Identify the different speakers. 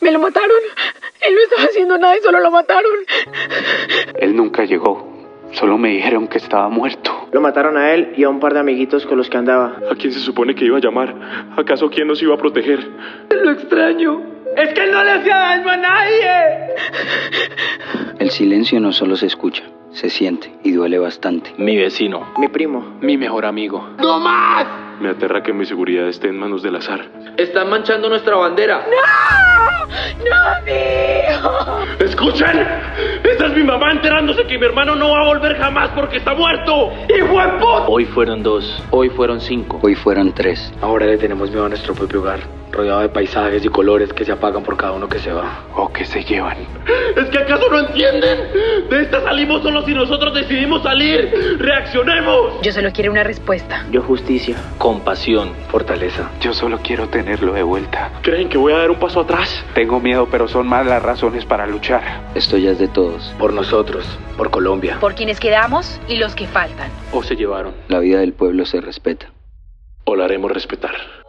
Speaker 1: Me lo mataron. Él no estaba haciendo nada y solo lo mataron.
Speaker 2: Él nunca llegó. Solo me dijeron que estaba muerto.
Speaker 3: Lo mataron a él y a un par de amiguitos con los que andaba.
Speaker 4: ¿A quién se supone que iba a llamar? ¿Acaso quién nos iba a proteger?
Speaker 1: Lo extraño. Es que él no le hacía daño a nadie.
Speaker 5: El silencio no solo se escucha, se siente y duele bastante.
Speaker 6: Mi vecino,
Speaker 3: Mi primo.
Speaker 6: mi mejor amigo.
Speaker 7: ¡No más!
Speaker 4: Me aterra que mi seguridad esté en manos del azar.
Speaker 7: Están manchando nuestra bandera.
Speaker 1: ¡No, mi hijo!
Speaker 4: ¡Escuchen! ¡Esa es mi mamá enterándose que mi hermano no va a volver jamás porque está muerto! ¡Hijo de puta!
Speaker 6: Hoy fueron dos, hoy fueron cinco.
Speaker 5: Hoy fueron tres.
Speaker 8: Ahora le tenemos miedo a nuestro propio hogar, rodeado de paisajes y colores que se apagan por cada uno que se va.
Speaker 2: O que se llevan.
Speaker 4: ¿Es que acaso no entienden? De esta salimos solo si nosotros decidimos salir. ¡Reaccionemos!
Speaker 1: Yo solo quiero una respuesta.
Speaker 3: Yo justicia.
Speaker 6: Compasión.
Speaker 8: Fortaleza.
Speaker 2: Yo solo quiero tenerlo de vuelta.
Speaker 4: ¿Creen que voy a dar un paso atrás?
Speaker 2: Tengo miedo, pero son más las razones para luchar.
Speaker 5: Esto ya es de todos.
Speaker 8: Por nosotros, por Colombia.
Speaker 1: Por quienes quedamos y los que faltan.
Speaker 6: O se llevaron.
Speaker 5: La vida del pueblo se respeta.
Speaker 4: O la haremos respetar.